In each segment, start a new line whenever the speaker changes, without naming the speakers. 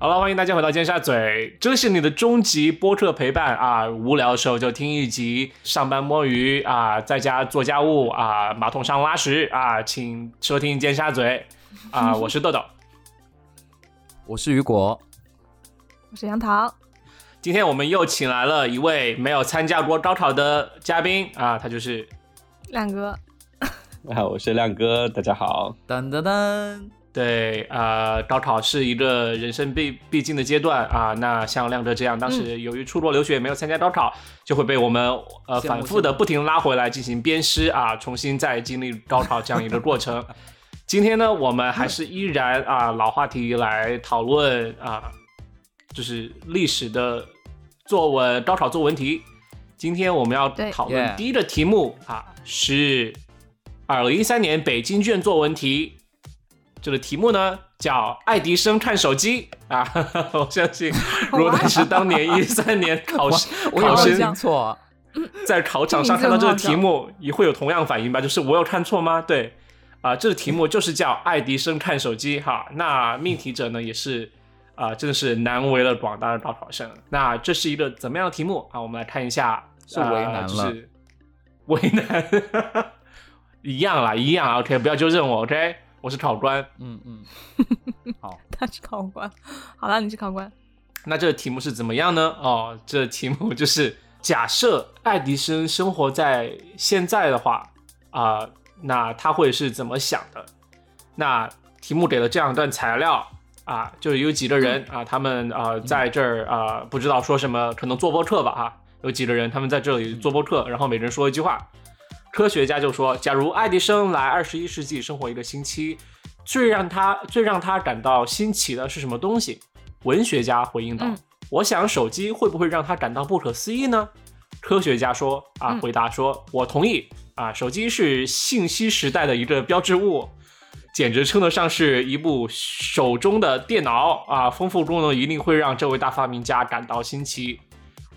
好了，欢迎大家回到尖沙咀，这是你的终极播客陪伴啊！无聊的时候就听一集，上班摸鱼啊，在家做家务啊，马桶上拉屎啊，请收听尖沙咀啊！我是豆豆，
我是雨果，
我是杨桃。
今天我们又请来了一位没有参加过高考的嘉宾啊，他就是
亮哥。
啊，我是亮哥，大家好。
噔噔噔。
对，呃，高考是一个人生必必经的阶段啊。那像亮哥这样，当时由于出国留学没有参加高考，就会被我们呃
嗯羡慕
反复的不停拉回来进行鞭尸啊，重新再经历高考这样一个过 程。今天呢，我们还是依然啊老话题来讨论啊，就是历史的作文高考作文题。今天我们要
对
讨论
Yeah
第一个题目啊是二零一三年北京卷作文题，这个题目呢叫“爱迪生看手机”啊， 我相 信如果当时当年一三年考试
我
考
有没有
生
听错？
在考场上看到这个题目，也会有同样反应吧？就是我有看错吗？对，啊、这个题目就是叫“爱迪生看手机”哈。那命题者呢，也是啊、真的是难为了广大的高考生。那这是一个怎么样的题目啊？我们来看一下，
是为难
啊
了
就是 为难， 一样啦，一样。OK，不要纠正我，OK，我是考官。
嗯嗯，
他是考官。好了，你是考官。
那这个题目是怎么样呢？哦，这个题目就是 假设爱迪生生活在现在的话，啊、那他会是怎么想的？那题目给了这样一段材料啊，就是有几个人啊，他们啊、在这儿啊、不知道说什么，可能做播客吧啊，有几个人他们在这里做播客，然后每人说一句话。科学家就说，假如爱迪生来二十一世纪生活一个星期，最让他最让他感到新奇的是什么东西？文学家回应道：“
嗯
我想手机会不会让他感到不可思议呢？”科学家说：“啊，
嗯
回答说，我同意啊，手机是信息时代的一个标志物，简直称得上是一部手中的电脑啊！丰富功能一定会让这位大发明家感到新奇。”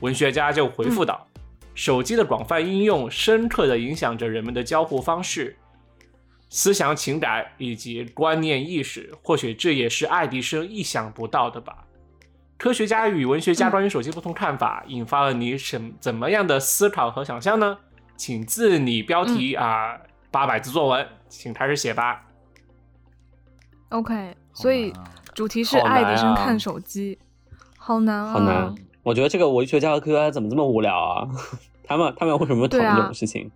文学家就回复道：“
嗯
手机的广泛应用深刻地影响着人们的交互方式、思想、情感以及观念意识。或许这也是爱迪生意想不到的吧。科学家与文学家
嗯
关于手机不同看法，引发了你什怎么样的思考和想象呢？请自拟标题啊，八百字作文，请开始写吧。
OK，所以
好难啊
主题是
好难
爱
啊
迪生看手机，好难啊！
好难我觉得这个文学家和科学家怎么这么无聊啊？ 他们他们为什么讨
对
论
啊
这种事情？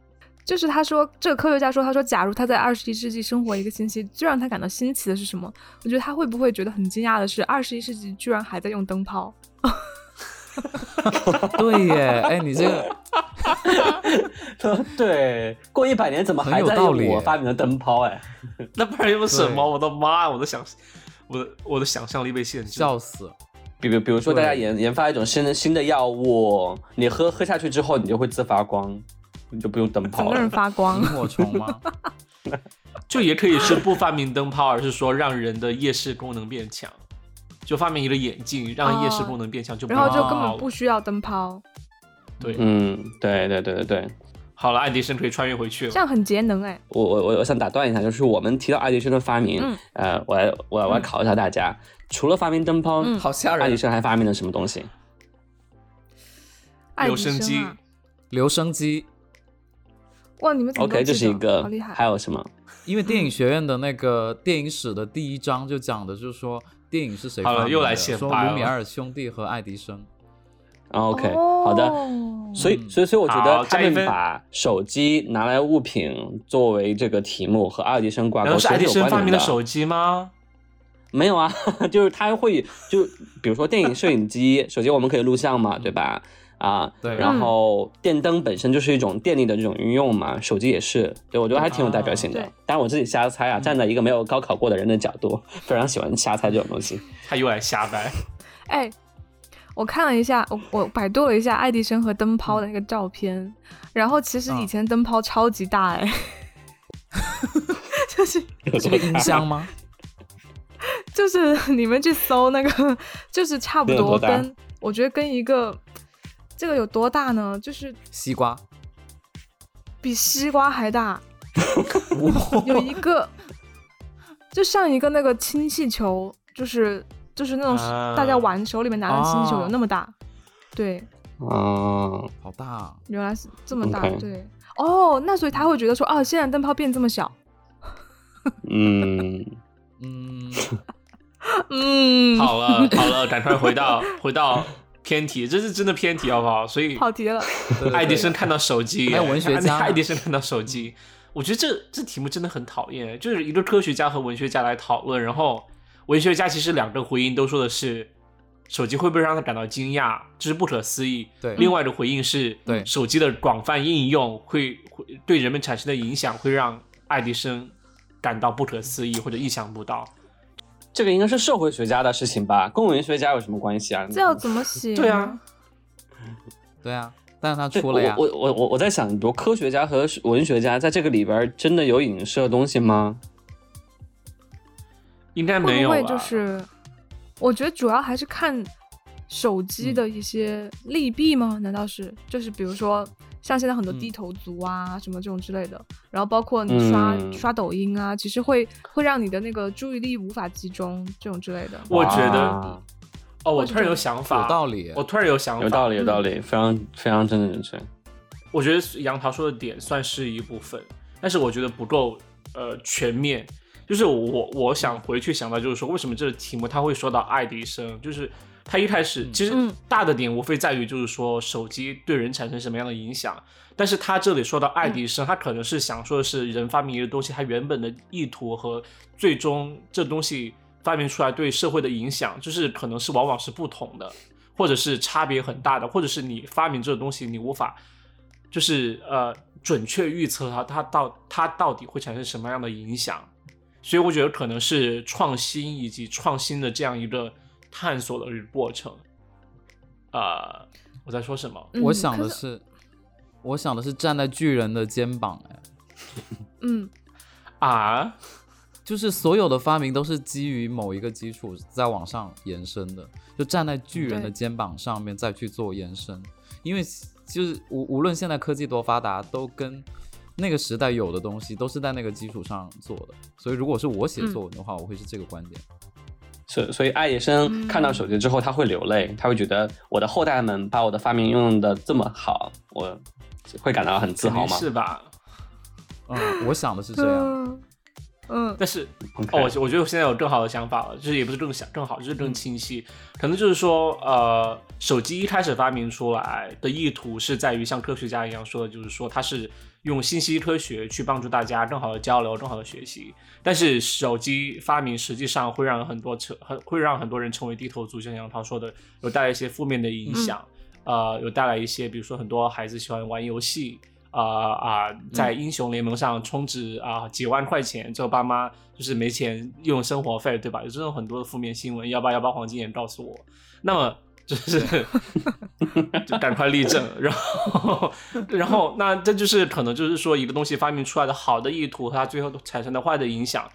就是他说，这个科学家说，他说，假如他在二十一世纪生活一个星期，最让他感到新奇的是什么？我觉得他会不会觉得很惊讶的是，二十一世纪居然还在用灯泡？
对耶，哎，你这个
对，过一百年怎么还在
很有道理
用我发明的灯泡？哎，
那不然用什
对
么？我的妈！我的想，我的我的想象力被限制。
笑死，
比如比如说
对
大家研研发一种新的新的药物，你喝喝下去之后，你就会自发光，你就不用灯
整
泡
个人
了。
发光
萤。火虫吗？
就也可以是不发明灯泡，而是说让人的夜视功能变强，就发明一个眼镜，让夜视功能变强，哦就不
然后就
用
根
猫
哦
本不需要灯泡，
对。
嗯，对对对对对，
好了，爱迪生可以穿越回去
这
了。
样很节能哎。
我我我我想打断一下，就是我们提到爱迪生的发明，
嗯
呃，我来我来我来考一下大家，除了发明灯泡，
嗯
好吓
爱迪
人！
生还发明了什么东西？
爱
留
迪
声
生
机
啊，
留声机，
哇，你们怎么都
OK，这
记
是一
得
个
好厉害，
还有什么？
因为电影学院的那个电影史的第一章就讲的，就是说电影是谁
好
发
了
明的，
又来显
说
摆了
卢米埃尔兄弟和爱迪生。
啊 OK，、
哦
好的。所以，
嗯
所以，所以我觉
好
得他
加一
们
分
把手机拿来物品作为这个题目和爱迪生挂
难
钩，
道是爱迪生发明
的
的手机吗？
没有啊， 就是他会就比如说电影摄影机，手机我们可以录像
嗯
嘛，对吧？啊，
对
嗯
然后电灯本身就是一种电力的这种运用嘛，手机也是，对我觉得还挺有代表性的。
啊对
当然我自己瞎
嗯
猜啊，站在一个没有高考过的人的角度，非常喜欢瞎猜这种东西。
他又来瞎 掰。
哎，我看了一下，我我百度了一下爱迪生和灯泡的那个照片，然后其实
嗯
以前灯泡超级大哎， 就是
是个音箱吗？
就是你们去搜那个，就是差不
有多大
跟我觉得跟一个这个有多大呢？就是
西瓜，
比西瓜还 大，有一个就像一个那个氢气球，就是就是那种
啊
大家玩手里面拿的氢气球
哦
有那么大，对，
啊，
好大啊，
原来是这么大
OK
对，哦，那所以他会觉得说，哦，现在灯泡变这么小，
嗯，
嗯，
嗯，
好了好了，赶快回到 回到偏题，这是真的偏题好不好？所以
跑题了，
对对对
爱迪生看到手机，
还有文学 家
爱迪生看到手机，我觉得这这题目真的很讨厌，就是一个科学家和文学家来讨论，然后文学家其实两个回应都说的是手机会不会让他感到惊讶，这是不可思议。
对
另外的回应是
对
手机的广泛应用会会对人们产生的影响会让爱迪生感到不可思议或者意想不到。
这个应该是社会学家的事情吧，跟文学家有什么关系啊？
这要怎么写？
对啊，
对啊，但是他
对
出了呀，
我我我我我在想，比如科学家和文学家在这个里边儿真的有影射东西吗？
应该没
会不
有啊吧？
会就是，我觉得主要还是看手机
嗯
的一些利弊吗？难道是就是比如说像现在很多
嗯
低头族啊、什么这种之类的，然后包括你刷、
嗯
刷抖音啊，其实会会让你的那个注意力无法集中这种之类的。
我觉得
哇
哦，我
或者
突然
这
有
种
想法，
有道理，
我突然有想法，
有道理，有道理，非常非常真的正确。
我觉得杨桃说的点算是一部分，但是我觉得不够呃全面。就是我我想回去想到，就是说为什么这个题目他会说到爱迪生，就是他一开始
嗯
其实
嗯
大的点无非在于就是说手机对人产生什么样的影响，但是他这里说到爱迪生，他可能是想说的是人发明一个东西，他原本的意图和最终这东西发明出来对社会的影响，就是可能是往往是不同的。或者是差别很大的，或者是你发明这个东西，你无法就是呃准确预测它它到它到底会产生什么样的影响。所以我觉得可能是创新以及创新的这样一个探索的过程。呃，我在说什么？
嗯
我想的
可是
是，我想的是站在巨人的肩膀，哎，
嗯，
啊？
就是所有的发明都是基于某一个基础在往上延伸的，就站在巨人的
对
肩膀上面再去做延伸，因为就是无无论现在科技多发达，都跟那个时代有的东西都是在那个基础上做的，所以如果是我写
嗯
作文的话，我会是这个观点。
所所以，爱迪生
嗯
看到手机之后，他会流泪，他会觉得我的后代们把我的发明用的这么好，我会感到很自
肯
豪
定
吗
是吧？
嗯，我想的是这样。
嗯，
但是
？OK？嗯
哦，我我觉得我现在有更好的想法了，就是也不是更想更好，就是更清晰。可能就是说，呃，手机一开始发明出来的意图是在于像科学家一样说的，就是说它是用信息科学去帮助大家更好的交流、更好的学习。但是手机发明实际上会让很多成很会让很多人成为低头族，就像杨涛说的，有带来一些负面的影响，呃，有带来一些比如说很多孩子喜欢玩游戏。啊、啊、在英雄联盟上充值啊、几万块钱，之后爸妈就是没钱用生活费，对吧？有这种很多的负面新闻，幺八幺八黄金眼告诉我，那么就是就赶快立正， 然后然后那这就是可能就是说一个东西发明出来的好的意图和它最后产生的坏的影响，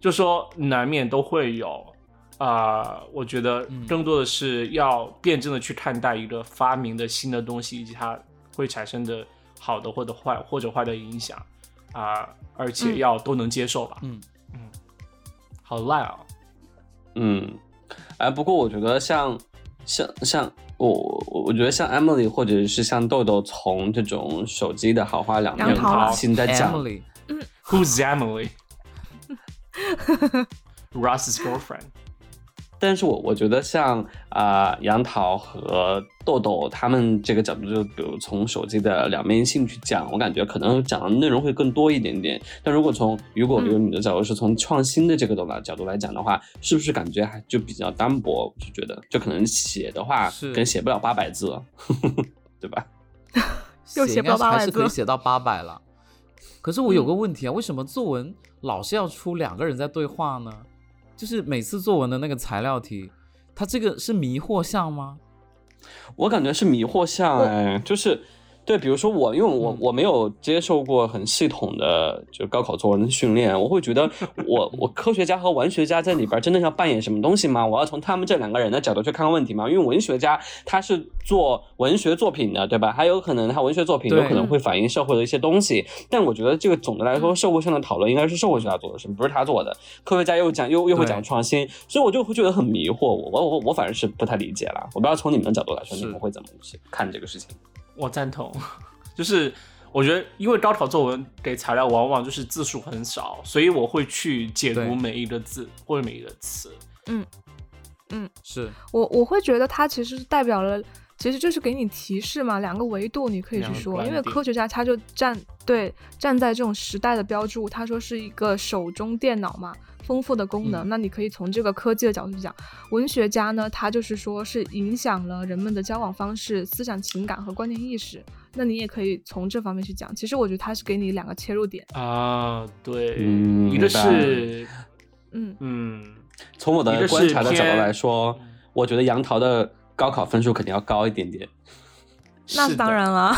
就说难免都会有。啊、我觉得
嗯
更多的是要辩证的去看待一个发明的新的东西，以及它会产生的好的或者坏或者坏的影响啊、而且
嗯
要都能接受吧。
嗯，
好烂啊！
嗯，哎，不过我觉得像像像我我我觉得像 Emily 或者是像豆豆从这种手机的好话两面
杨桃啊
掏心在讲
嗯 Emily，
Who's Emily? Russ's girlfriend.
但是我我觉得像啊、呃杨桃和豆豆他们这个角度，就比如从手机的两面性去讲，我感觉可能讲的内容会更多一点点。但如果从如果比如你的角度是从创新的这个角度角度来讲的话，是不是感觉还就比较单薄？我就觉得就可能写的话，
是
可能写不了八百字了， 对吧？
又
写
写
应
不到
该还
800
是可以
字嗯
写到八百了。可是我有个问题啊，为什么作文老是要出两个人在对话呢？就是每次作文的那个材料题，它这个是迷惑项吗？
我感觉是迷惑项哎，就是对，比如说我，因为
嗯
我我没有接受过很系统的就高考作文的训练，我会 觉得我我科学家和文学家在里边真的要扮演什么东西吗？我要从他们这两个人的角度去看问题吗？因为文学家他是做文学作品的，对吧？还有可能他文学作品有
对嗯
可能会反映社会的一些东西，但我觉得这个总的来说，社会上的讨论应该是社会学家做的事，不是他做的。科学家又讲又又会
对
讲创新，所以我就会觉得很迷惑。我我我我反正是不太理解了。我不知道从你们的角度来说，你
是
们会怎么去看这个事情？
我赞同，就是我觉得，因为高考作文给材料往往就是字数很少，所以我会去解
对
读每一个字或者每一个词。
是
我我会觉得它其实代表了，其实就是给你提示嘛，两个维度你可以去
两个
说，
观
因为
点
科学家他就站对站在这种时代的标注，他说是一个手中电脑嘛，丰富的功
嗯
能，那你可以从这个科技的角度去讲。文学家呢，他就是说是影响了人们的交往方式、思想情感和观念意识，那你也可以从这方面去讲。其实我觉得他是给你两个切入点，
啊，对，
嗯
一个
明
是
嗯，
嗯，
从我
一
的
个
观
是
察的角度
偏
来说，我觉得杨桃的高考分数肯定要高一点点。
那
是
当
的
然了，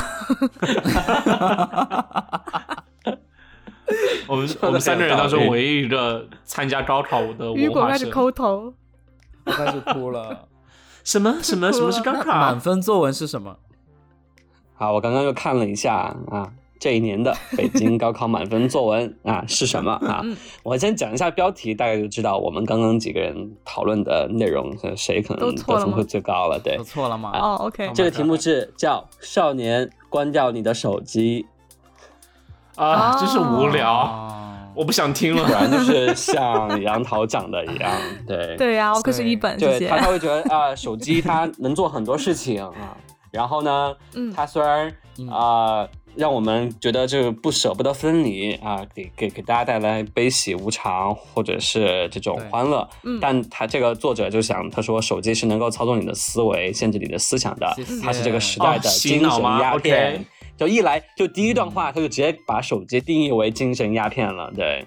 我们我们三个人当中唯一一个参加高考的
雨
文
果
化
开始
生，
抠头，
我开始哭了。
什么什么什么是高考
满？分作文是什么？
好，我刚刚又看了一下啊，这一年的北京高考满分作文啊是什么啊
嗯？
我先讲一下标题，大概就知道我们刚刚几个人讨论的内容，谁可
都
能
错了
得分
吗
会最高了。对
我，错了吗？
哦，OK，
啊
这个题目是叫“少年关掉你的手机
啊，真是无聊，
哦
我不想听”，
果
了。
然就是像杨桃讲的一样， 对
对呀、我可是
对
一本，谢
对
谢
他，他会觉得啊、手机它能做很多事情啊。然后呢，
嗯
它虽然
嗯
啊、让我们觉得这个不舍不得分离啊、给给给大家带来悲喜无常或者是这种
对
欢乐，
嗯
但他这个作者就想，他说手机是能够操纵你的思维、限制你的思想的，
谢谢
它是这个时代
哦
的
洗
精
脑
神
吗
鸦
？OK
片。就一来就第一段话，他就直接把手机定义为精神鸦片了，对。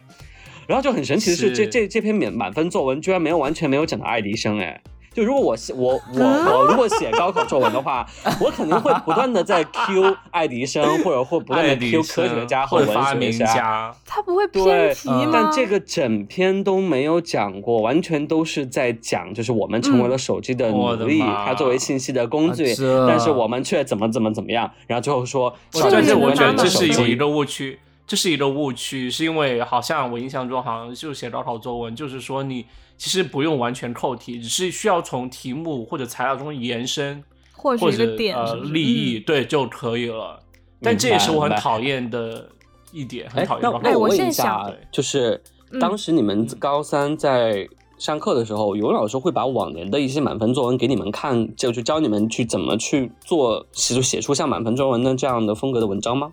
然后就很神奇的是，
是
这这这篇满满分作文居然没有完全没有讲到爱迪生哎。就如果我 写我我我如果写高考作文的话， 我肯定会不断的在 Q 爱迪生，或者会不断
爱
的
迪
Q
生
科学家
或者
文
发
学
明家，
他不会
对嗯
偏题吗？
但这个整篇都没有讲过，完全都是在讲，就是我们成为了手机的
嗯我
奴
的
隶，
妈
它作为信息的工具
啊，这
但是我们却怎么怎么怎么样，然后最后说，
我
少
觉
年
得这，
的
我
妈
觉得
妈
这是
手
有
机
一个误区，这是一个误区，是因为好像我印象中好像就写高考作文，就是说你其实不用完全扣题，只是需要从题目或者材料中延伸
或
或
许一
者
个点
呃
是不是嗯
利益，对就可以了。但这也是我很讨厌的一点，很
哎，
讨厌
那
高考
那
作
我
文。
哎
问
现
一
在
下
想，
就是
嗯
当时你们高三在上课的时候，语文老师会把往年的一些满分作文给你们看，就就教你们去怎么去做，写写出像满分作文的这样的风格的文章吗？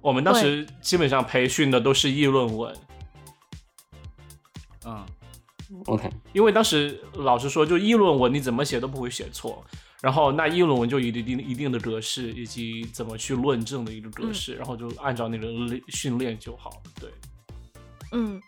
我们当时基本上培训的都是议论文，
嗯，
OK，
因为当时老师说，就议论文你怎么写都不会写错，然后那议论文就一定一定的格式以及怎么去论证的一个格
嗯
式，然后就按照那个训练就好。对，
嗯，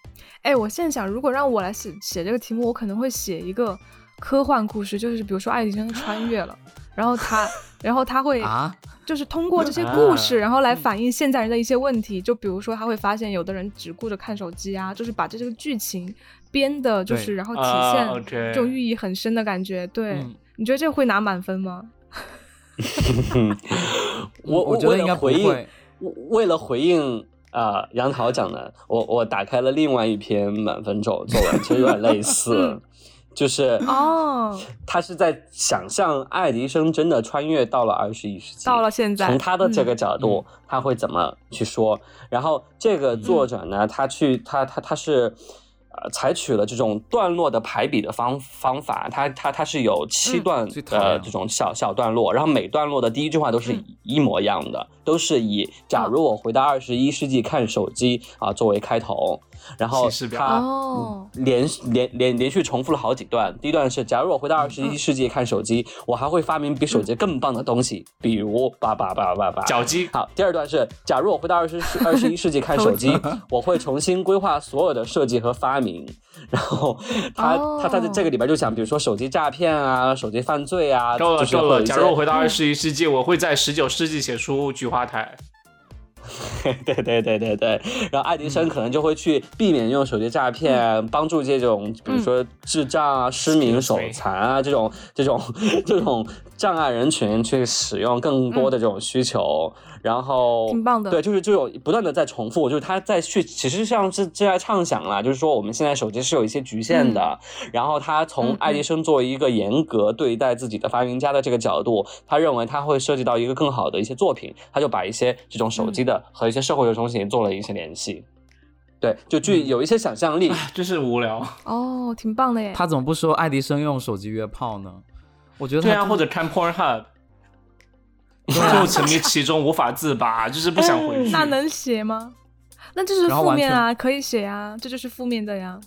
哎，我现在想，如果让我来写写这个题目，我可能会写一个科幻故事，就是比如说爱迪生穿越了，然后 他，然后他会
啊，
就是通过这些故事，
啊
然
嗯
后来反映现在人的一些问题。就比如说，他会发现有的人只顾着看手机啊，就是把这个剧情编的，就
对
是然后体现
啊，OK，
这种寓意很深的感觉。对，
嗯
你觉得这个会拿满分 吗？
我
我觉得应该不
为了回
会
应，为了回应呃杨桃讲的，我我打开了另外一篇满分作作文，其实有点类 似
嗯，
就是
哦，
他是在想象爱迪生真的穿越到了二十一世纪，
到了现在，
从他的这
嗯
个角度，他会怎么去说？然后这个作者
嗯
呢，他去他他他是。呃，采取了这种段落的排比的方方法，他他他是有七
嗯
段
最讨厌
的
了
这种小小段落，然后每段落的第一句话都是
嗯
一模一样的，都是以“假如我回到二十一世纪看手机”啊作为开头，然后
启示表
他
哦
连连连连续重复了好几段。第一段是：假如我回到
嗯
二十一世纪看手机，我还会发明比手机更棒的东西，比如叭叭叭叭
啊
叭。
脚机
好，第二段是：假如我回到二十二十一世纪看手机，我会重新规划所有的设计和发明。然后他、他他在这个里边就想，比如说手机诈骗啊，手机犯罪啊，
够了
就是
哦够
会有
了。
一些
假如我回到二十一世纪，我会在十九世纪写出《菊花台》。
对对对对对，然后爱迪
嗯
生可能就会去避免用手机诈骗，帮助这种比如
嗯
说智障啊、失明、手残啊这种这种这种障碍人群去使用更多的这种需求，然后
嗯挺棒的
对，就是就有不断的在重复，就是他在去，其实像是是在畅想啦，就是说我们现在手机是有一些局限的，然后他从
嗯
爱迪生作为一个严格对待自己的发明家的这个角度，他认为他会涉及到一个更好的一些作品，他就把一些这种手机的和一些社会的东西做了一些联系。对，就具有一些想象力，
唉真是无聊。
哦，挺棒的耶！
他怎么不说爱迪生用手机约炮呢？我觉得
对
他啊
啊，或者看 Pornhub，就沉迷其中无法自拔，就是不想
嗯
回去。啊
那能写吗？那这是
然后
负
完
面
全
啊，可以写啊，这就是负面的呀。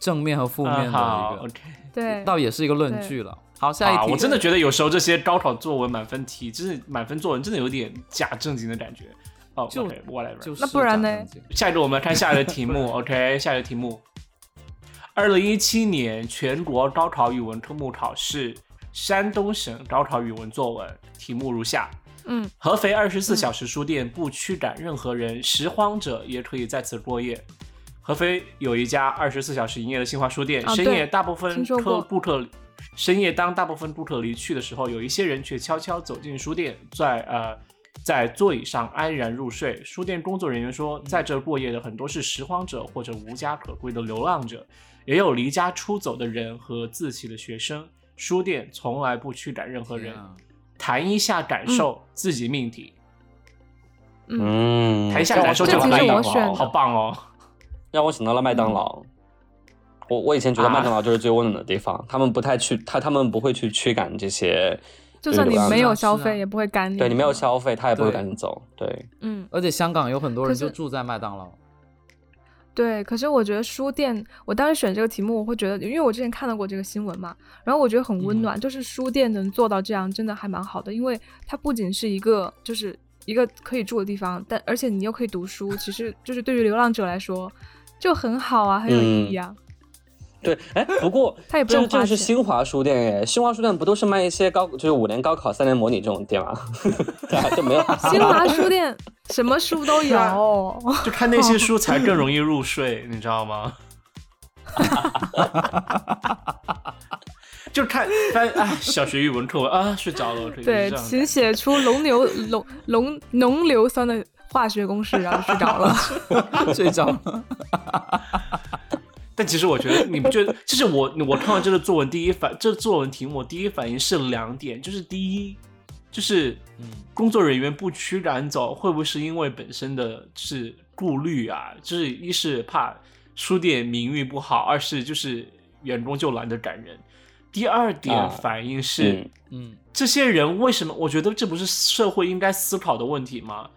正面和负面的一
嗯、好
个，
，OK。
对，
倒也是一个论据了。好，下一
啊，
题，
我真的觉得有时候这些高考作文满分题，就是满分作文，真的有点假正经的感觉。哦，
就
OK, whatever。
就是
那不然呢
假正经
下一个我们来看下一个题 目，OK，下一个题目。二零一七年全国高考语文科目考试，山东省高考语文作文题目如下：
嗯，
合肥二十四小时书店不驱赶任何人，拾荒者也可以在此过夜。合肥有一家二十四小时营业的新华书店，
啊
深
对
夜大部分
听说
客
过
顾客，深夜当大部分顾客离去的时候，有一些人却悄悄走进书店，在呃在座椅上安然入睡。书店工作人员
嗯
说，在这过夜的很多是拾荒者或者无家可归的流浪者，也有离家出走的人和自习的学生。书店从来不驱赶任何人
天，啊
谈一下感受，自己命题。
嗯，
嗯
谈一下感受
这
就
题
可以
是
了
我选的
好棒哦！
让我想到了麦当劳。我我以前觉得麦当劳就是最温暖的地方，他们不太去，他他们不会去驱赶这些，
就算你
流浪
没有
者
消
是啊
费，也不会赶你。
对你没有消费，他也不会
对
赶你走。对，
嗯，
而且香港有很多人
可是
就住在麦当劳，
对，可是我觉得书店，我当时选这个题目，我会觉得，因为我之前看到过这个新闻嘛，然后我觉得很温
嗯
暖，就是书店能做到这样，真的还蛮好的，因为它不仅是一个就是一个可以住的地方，但而且你又可以读书，其实就是对于流浪者来说就很好啊，很有意义啊。
对，哎，不过
他也不
这
用
这个
花
是
钱
新华书店哎，新华书店不都是卖一些高就是五年高考三年模拟这种店吗？ 对啊，就没有。
新华书店什么书都有，
就看那些书才更容易入睡， 你知道吗？就看 翻哎，小学语文课文啊，睡着了，可以
对，
就这样
请写出 龙牛龙龙浓硫酸的化学公式，然后睡 着了。
睡着了。
但其实我觉得，你不觉得？就是我我看完这个作文，第一反这作文题目，我第一反应是两点，就是第一，就是
嗯
工作人员不驱赶走，会不会是因为本身的是顾虑啊？就是一是怕书店名誉不好，二是就是员工就懒得赶人。第二
啊
点反应是。
嗯
嗯，
这些人为什么？我觉得这不是社会应该思考的问题吗？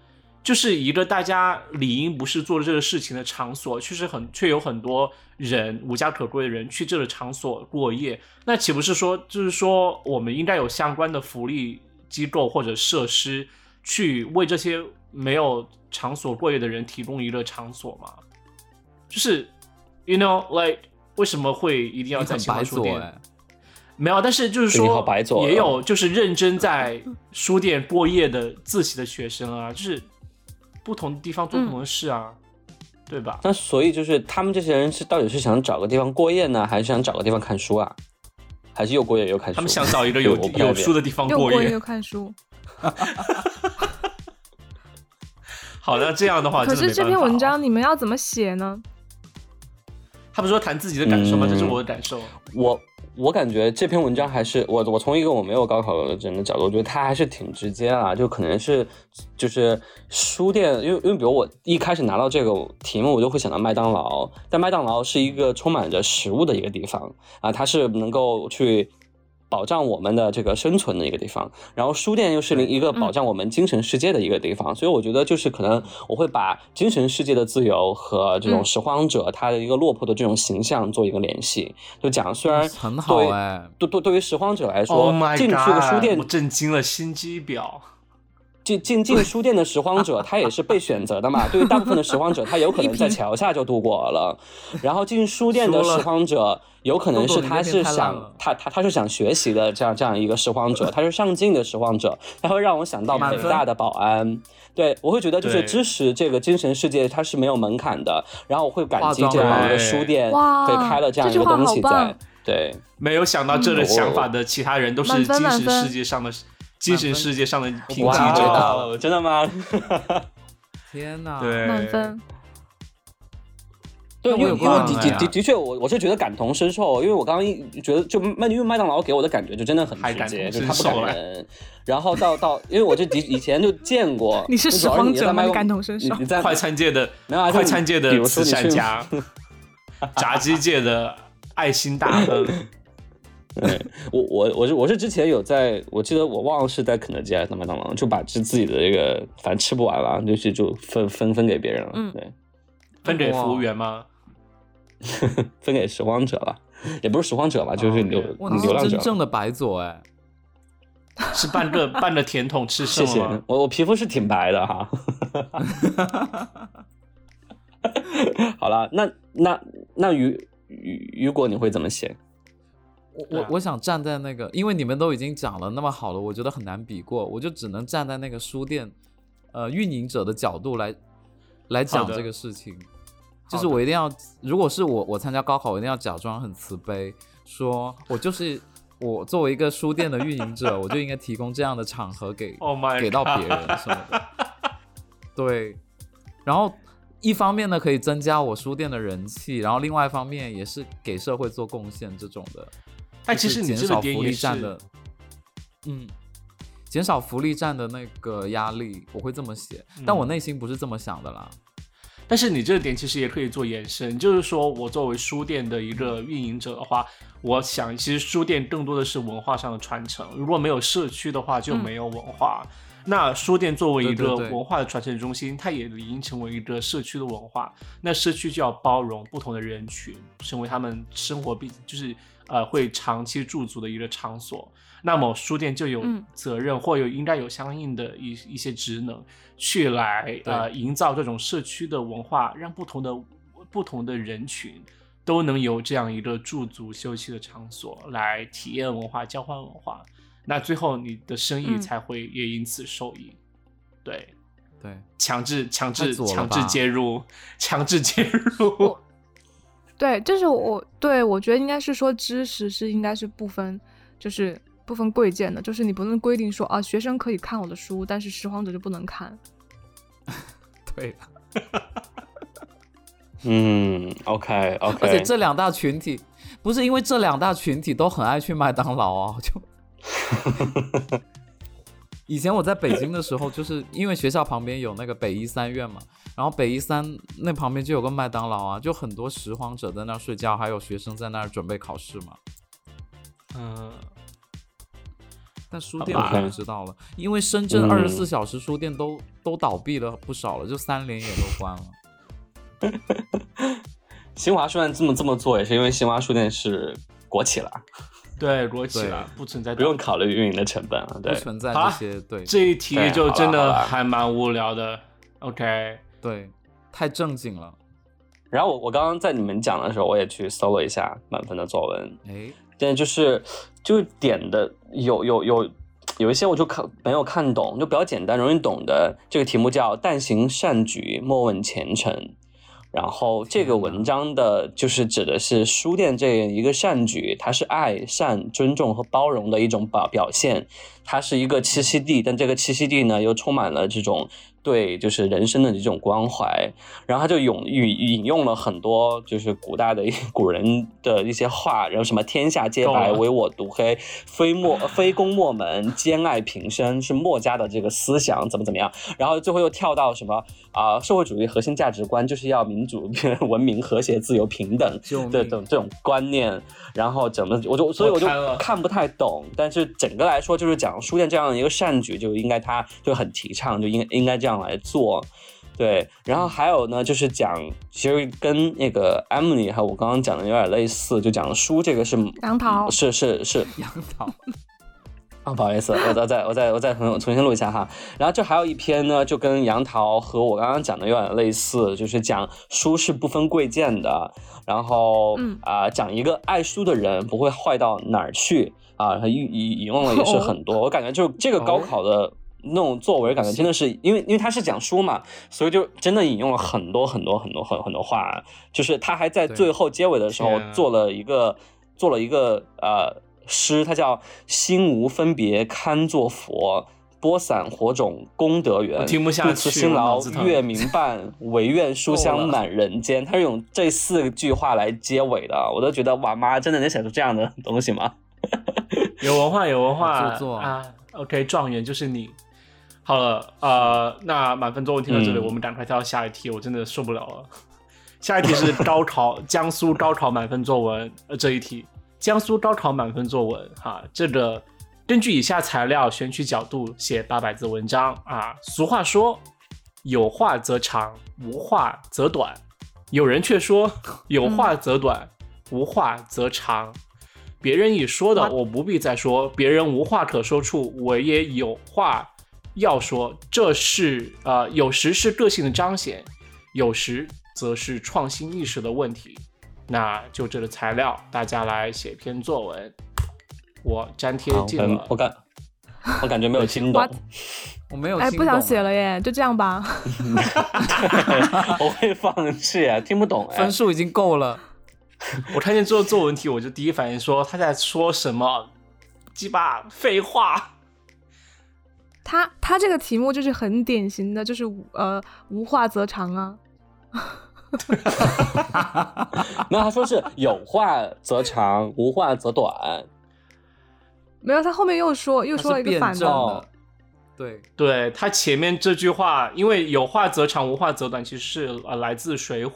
就是一个大家理应不是做这个事情的场所，却是很却有很多人无家可归的人去这个场所过夜，那岂不是说就是说我们应该有相关的福利机构或者设施去为这些没有场所过夜的人提供一个场所吗？就是，you know like 为什么会一定要
你
在
很
新华
白
书
左
店？
哎，
没有，但是就是
对你
说
好白左，啊
也有就是认真在书店过夜的自习的学生啊，就是不同的地方做不同的事啊，对吧？
那所以就是他们这些人是到底是想找个地方过夜呢，还是想找个地方看书啊？还是又过夜又看书？
他们想找一个有
对我不太
有
了解
书的地方
又
过
过
夜
又。看书，
好，那这样的话，
可
真的
是
没
这
办
篇
法啊
文章你们要怎么写呢？
他不是说谈自己的感受吗？
嗯
这是我的感受。
我我感觉这篇文章还是我我从一个我没有高考的人的角度，我觉得他还是挺直接啊，就可能是就是书店，因为因为比如我一开始拿到这个题目，我就会想到麦当劳，但麦当劳是一个充满着食物的一个地方啊，它是能够去。保障我们的这个生存的一个地方，然后书店又是另一个保障我们精神世界的一个地方，所以我觉得就是可能我会把精神世界的自由和这种
嗯
拾荒者他的一个落魄的这种形象做一个联系，就讲虽然
很好
对
哎
对对，对于拾荒者来说
Oh my
进去个书
god！
店
我震惊了，心机婊。
进进进书店的拾荒者，他也是被选择的嘛。对于大部分的拾荒者，他有可能在桥下就度过了，然后进书店的拾荒者，有可能是他
豆豆你那边
是
太烂了
想他他他是想学习的这样这样一个拾荒者，他是上进的拾荒者，他会让我想到
满
北
分
大的保安。对，我会觉得就是
对
知识这个精神世界它是没有门槛的，然后我会感激这样一个书店
哇
可以开了这样一
这
个
句话
东西
好棒
在，对。
没有想到这个
嗯
想法的其他人都是
满分
精
满
神
分
世界上的精神世界上的评级
哇
最大了。
哦真的吗？
天哪！
对，
满分，
对，
那
因
我也
为因
不
为
浪
的
漫
的
啊
的的确，我我是觉得感同身受，因为我刚刚一觉得就麦，因为麦当劳给我的感觉就真的很
还
直
感
接，
同
就
身
他不
受了
感人。然后到到，因为我这以以前就见 过，
你是
就主
拾
要
荒
你
者
在
吗
麦
你
当
感同身
你
嗯
受
你 在
快餐界的
没有啊就
快餐界
比
的
如说
慈
你
善
去
家， 炸鸡界的爱心大 亨，
我我我是我是之前有在，我记得我忘了是在肯德基还是在麦当劳，就把自自己的这个反正吃不完了，就是就分分分给别人了，
嗯
对，
分给服务员吗？
分给拾荒者了，也不是拾荒者吧，就是
哦
流
哇，你是
流浪者
真。正的白左哎，
是半个半个甜筒吃
谢
剩
谢
了吗？
我，我皮肤是挺白的哈。好了，那那那雨雨雨果你会怎么写？
我
对啊
我我想站在那个，因为你们都已经讲了那么好了，我觉得很难比过，我就只能站在那个书店，呃，运营者的角度来来讲
好的
这个事情。就是
好的
我一定要，如果是我我参加高考，我一定要假装很慈悲，说我就是我作为一个书店的运营者，我就应该提供这样的场合给
Oh my
给到别人 什么的。对，然后一方面呢可以增加我书店的人气，然后另外一方面也是给社会做贡献这种的。
但哎
就
其
是
实你
减
这个
少
点
福
也
利
是
站的，嗯，减少福利站的那个压力，我会这么写，但
嗯
我内心不是这么想的啦。
但是你这个点其实也可以做延伸，就是说我作为书店的一个运营者的话，我想其实书店更多的是文化上的传承，如果没有社区的话就没有文化。那书店作为一
嗯对
个
对对
文化的传承中心，它也理应成为一个社区的文化。那社区就要包容不同的人群，成为他们生活必就是呃会长期驻足的一个场所。那么书店就有
嗯
责任，或有应该有相应的一一些职能，去来呃营造这种社区的文化，让不同的不同的人群都能有这样一个驻足休息的场所来体验文化、交换文化。那最后你的生意
嗯
才会也因此受益。对，
对，
强制强
太
制
左了
强
吧
制介入，强制介入
我。对，这是我对我觉得应该是说知识是应该是不分，就是不分贵贱的，就是你不能规定说啊学生可以看我的书，但是拾荒者就不能看。
对，
嗯，OK OK，
而且这两大群体不是因为这两大群体都很爱去麦当劳啊， 就以前我在北京的时候，就是因为学校旁边有那个北医三院嘛，然后北医三那旁边就有个麦当劳啊，就很多拾荒者在那儿睡觉，还有学生在那儿准备考试嘛。
嗯，
但书店
好吧
我就不知道了，因为深圳
嗯
二十四小时书店都、都倒闭了不少了，就三联也都关了。
新华书店这么这么做也是因为新华书店是国企了，
对，国企
对
了，不存在
不用考虑运营的成本了。
不
对，啊
存在
好
这
啦
些，对
这一题
对
就真
好了
的
好了
还蛮无聊的。OK，
对，太正经了。
然后我我刚刚在你们讲的时候，我也去搜了一下满分的作文，
哎，
但就是就是点的有有有有一些我就看没有看懂，就比较简单容易懂的。这个题目叫“但行善举，莫问前程”。然后这个文章的就是指的是书店这一个善举，它是爱、善、尊重和包容的一种表表现。它是一个栖息地，但这个栖息地呢又充满了这种对就是人生的这种关怀，然后他就引引引用了很多就是古代的一 古人的一些话，然后什么天下皆白，
懂了
唯我独黑，非莫非攻莫门，兼爱平生是墨家的这个思想怎么怎么样，然后最后又跳到什么啊、社会主义核心价值观就是要民主、 文明、和谐、自由、平等
救命
这种这种观念，然后整个我就所以我就
我看了
看不太懂，但是整个来说就是讲书店这样的一个善举，就应该他就很提倡，就应应该这样来做。对，然后还有呢，就是讲，其实跟那个 Emily 还有我刚刚讲的有点类似，就讲书这个是
杨桃
是是是
杨桃，
啊，不好意思，我再再我再我再重重新录一下哈。然后这还有一篇呢，就跟杨桃和我刚刚讲的有点类似，就是讲书是不分贵贱的，然后
嗯
啊、讲一个爱书的人不会坏到哪儿去啊，他引引引用了也是很多，我感觉就这个高考的。那种作文感觉真的是，因为因为他是讲书嘛，所以就真的引用了很多很多很多很很多话，就是他还在
对
最后结尾的时候
天啊
做了一个做了一个呃诗，它叫“心无分别堪作佛，播散火种功德
我
圆。
听不下
不辞
去
辛
我脑
劳
子疼
月明半，唯愿书
够
香
了
满人间。”他是用这四句话来结尾的，我都觉得哇妈，真的能写出这样的东西吗？
有文化，有文
好
化，
做作
啊！OK，状元就是你。好了，呃，那满分作文听到这里，
嗯
我们赶快跳到下一题，我真的受不了了。下一题是高考，江苏高考满分作文，呃，这一题，江苏高考满分作文，哈、这个根据以下材料选取角度写八百字文章啊。俗话说，有话则长，无话则短。有人却说，有话则短，无话则长。别人已说的，
What？
我不必再说；别人无话可说处，我也有话要说。这是呃，有时是个性的彰显，有时则是创新意识的问题。那就这个材料，大家来写篇作文。我粘贴
好
进
嗯
了
我，感我感觉没有听懂
What？，
我没有
哎，
啊
听
不想
懂啊
写了耶，就这样吧。
我会放弃啊，听不懂哎
分。数已经够了，
哎
我看见做作文题，我就第一反应说他在说什么鸡巴废话。
他他这个题目就是很典型的，就是无呃无话则长啊。
没有，他说是有话则长，无话则短。
没有，他后面又说又
它
说了
是
一个
辩
反
证
的，
的，对，
对他前面这句话，因为有话则长，无话则短，其实是呃来自水浒《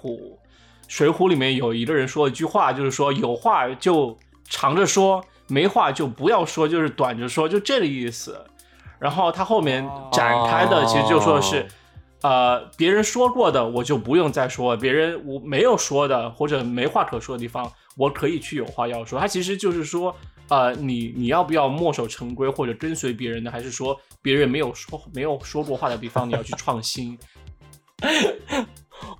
水浒》。里面有一个人说一句话，就是说有话就长着说，没话就不要说，就是短着说，就这个意思。然后他后面展开的其实就说的是，呃，别人说过的我就不用再说，别人我没有说的或者没话可说的地方，我可以去有话要说。他其实就是说，呃，你你要不要墨守成规或者跟随别人呢？还是说别人没有说没有说过话的地方，你要去创 新？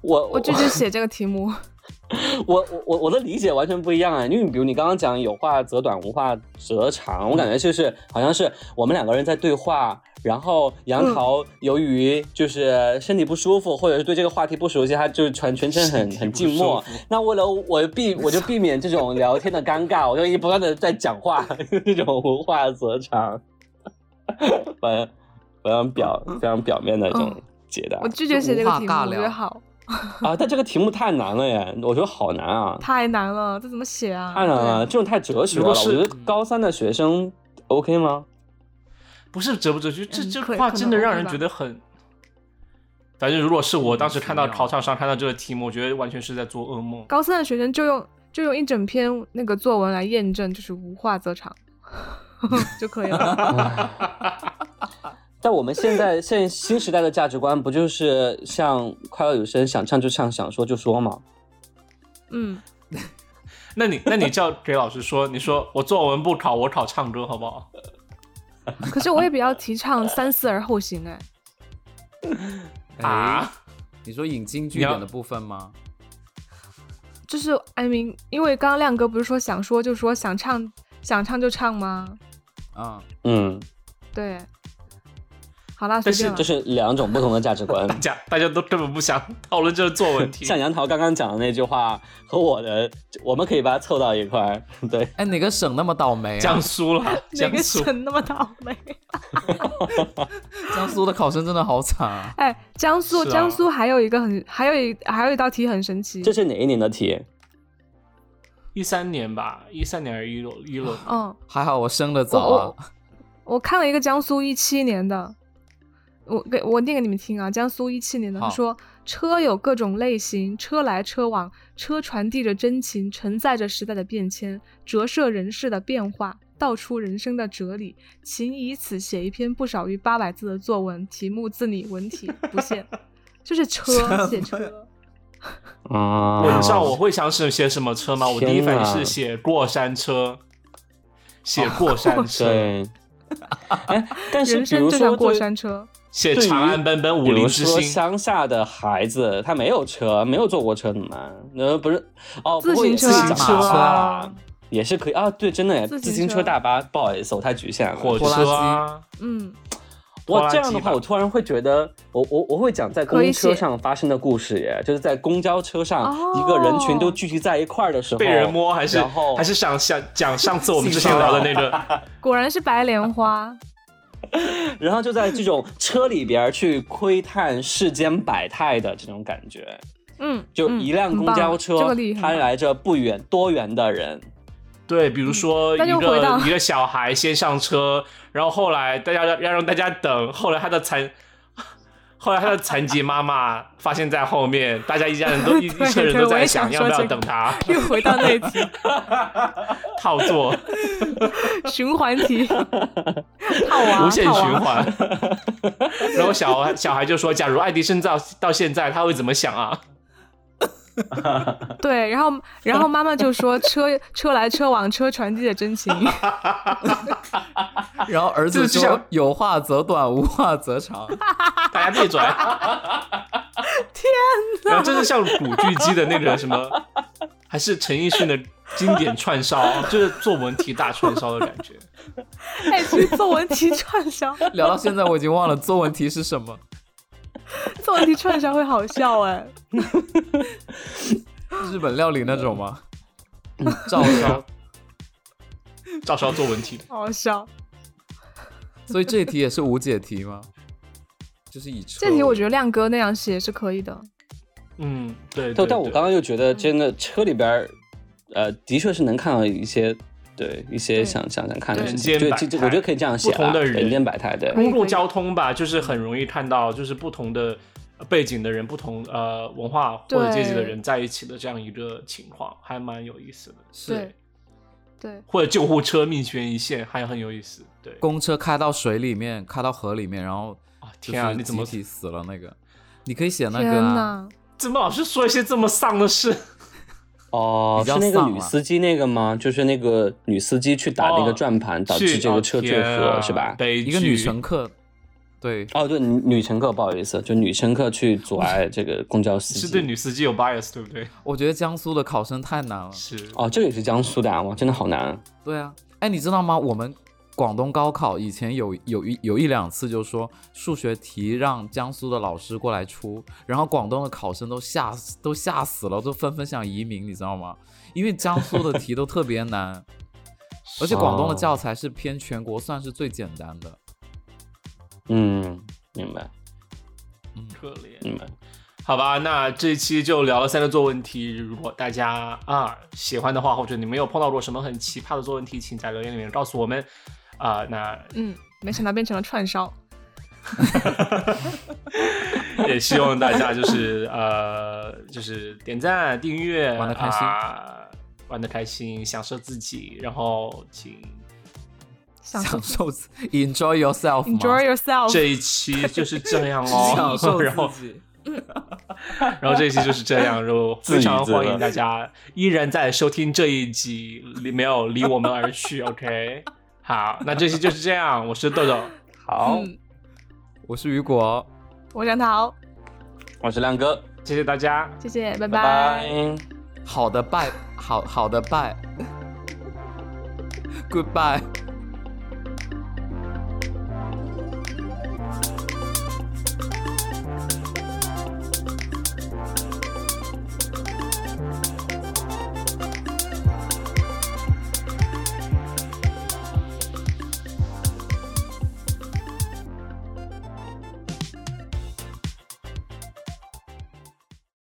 我
我拒绝写这个题目。
我我我我的理解完全不一样啊，因为比如你刚刚讲有话则短，无话则长，我感觉就是好像是我们两个人在对话，然后
嗯
杨桃由于就是身体不舒服，或者是对这个话题不熟悉，他就是全全程很很啊
体不
静默
舒服。
那为了我避我就避免这种聊天的尴尬，我就一直不断的在讲话， 这种无话则长，反非常表非常表面的一种
嗯
解答
我拒绝写这
无
个
话
题目，
尬
我觉得
聊
好
啊。但这个题目太难了耶，我觉得好难啊。
太难了，这怎么写啊？
当然了，
对
这种太哲学
如果
了。我
是
觉得高三的学生 OK 吗？
不是折不折，就这
嗯
这
可
话
可
真的
能
让
会
人
吧
觉得很。反正如果是我当时看到
奇妙
考场上看到这个题目，我觉得完全是在做噩梦。
高三的学生就用就用一整篇那个作文来验证，就是无话则长 就可以了。
但我们现在现新时代的价值观不就是像快乐有声，想唱就唱，想说就说吗？
嗯，
那你那你叫给老师说，你说我作文不考，我考唱歌好不好？
可是我也比较提倡三思而后行哎。
哎
啊，，
你说引经据
你要
典的部分吗？
就是艾明，因为刚刚亮哥不是说想说就说，想唱想唱就唱吗？
啊，
嗯，
对，好啦，随
但是
便了
这。是两种不同的价 值观。
大家大家都根本不想讨论这个作文题。
像杨桃刚刚讲的那句话和我的，我们可以把它凑到一块儿。 对，
哎，哪个省那么倒霉啊
江？苏了，
哪
江
个
苏
省那么倒霉？
江苏的考生真的好惨啊！
哎，江苏，
是啊
江苏还有一个很，还有一还有一道题很神奇
这。是哪一年的题？
一三年吧，一三年还是一六一 六？
嗯，
还好我生的早啊
我，我看了一个江苏一七年的，我给我念给你们听啊，江苏一七年的，
好
他说车有各种类型，车来车往，车传递着真情，承载着时代的变迁，折射人世的变化。道出人生的哲理，请以此写一篇不少于八百字的作文，题目自拟，文体不限， 就是车写车，
啊
我你知道我会想是写什么车吗？我第一反应
天
是
哪啊
写过山车，写过山车，
对。哎，但是
人
比
生
如
就
说
像过
对
山车。
写
对于
长安奔奔武
比
林
如
之
说
星，
乡下的孩子，他没有车，没有坐过车怎么办？呃，不是，哦，
自
不过也
行车
是
自
一种
行车
马
啊
吧，也是可以啊。对，真的耶，
自行
自行
车
车大巴，不好意思，我太局限了。
火
拖拉
车啊，
嗯，
拖拉
哇，
机
这样的话，
吧
我突然会觉得，我我我会讲在
可以
公车
写
上发生的故事耶，就是在公交车上
哦，
一个人群都聚集在一块儿的时候，
被人摸还是
然后
还是想想讲上次我们之前
性骚
聊
扰
的那 个，
果然是白莲花。
然后就在这种车里边儿去窥探世间百态的这种感觉，
嗯，
就
嗯
一辆
很
公
棒
交车
这个厉，害，
它来着不远多元的人，
对，比如说
嗯那
一
就回
个
到
一个小孩先上车，然后后来大家要要让大家等，后来他的残。后来他的残疾妈妈发现在后面，大家一家人都一一
对
车人
对
都
我
在
也
想
想
要不
说
要
这个
等他
又回到那一题。
套座，
循环题， 套娃、
无限
啊套
循
娃。
环。 然后小孩小孩就说：“假如爱迪生到到现在，他会怎么想啊
对，然后然后妈妈就说车车来车往，车传递着真情。
然后儿
这
子
就
说
像
有话则短，无话则长。？”
大家 闭嘴！天哪！然后真是像古巨基的那个什么，还是陈奕迅的经典串 烧，就是作文题大串烧的感觉。
哎，其实作文题串烧，
聊到现在，我已经忘了作文题是什么。
作文题串烧会好笑哎。
日本料理那种吗？
嗯
照烧。
照烧作文题，
好笑，
所以这一题也是无解题吗？就是以车
这题我觉
得
得亮哥那样写是可以的。
嗯，对。对
但但我
对
刚刚又觉得，
嗯
真的车里边儿，呃，的确是能看到一些。对一些
对
想想想看的
对
事
人间
情，对，
百
这这
态
我觉得可以这样写
不同
吧，
的人
人间百态，对
可以
公共交通吧，就是很容易看到，就是不同的呃背景的人、不同呃文化或者阶级的人在一起的这样一个情况，还蛮有意思的。
是
对，对，
或者救护车命悬一线，还很有意思。对，
公车开到水里面，开到河里面，然后
啊
就
天啊，
是
你怎么
集体死了那个？你可以写那
天
个啊，
哪！
怎么老是说一些这么丧的事？
哦，
比
是
较
那个
丧
女
了
司机那个吗？就是那个女司机去打那
啊哦
个转盘，导致
去
这
哦
个车坠
天
河
啊
是吧？
悲剧
一个女乘客，对，
哦，对，女女乘客，不好意思，就女乘客去阻碍这个公交司 机。
是对女司机有 bias，对不对？
我觉得江苏的考生太难了。
是
哦，这个也是江苏的啊，哇，真的好难。
对啊，哎，你知道吗？我们广东高考以前有有一有一两次，就说数学题让江苏的老师过来出，然后广东的考生都吓死都吓死了，都纷纷想移民，你知道吗？因为江苏的题都特别 难，而且广东的教材是啊偏全国算是最简单的。
嗯，明白，
可怜。
明白。
好吧，那这一期就聊了三个作文题。如果大家啊喜欢的话，或者你们有碰到过什么很奇葩的作文题，请在留言里面告诉我们。啊、那
嗯，没想到变成了串烧。
也希望大家就是呃，就是点赞、订阅，
玩得开心
啊玩的开心，享受自己，然后请
享受
享受自 enjoy yourself 嘛
enjoy yourself。
这一期就是这样
享
哦，
受
然后
自己。
然后这一期就是这样，然后
自娱
非
自
常
乐
欢迎大家依然在收听这一集，离没有离我们而去，OK？好，那这期就是这样，我是豆豆，
好，
嗯，
我是雨果，
我是杨桃，
我是亮哥，
谢谢大家，
谢谢，拜
拜
拜。
拜。
好的拜，好好的拜，goodbye。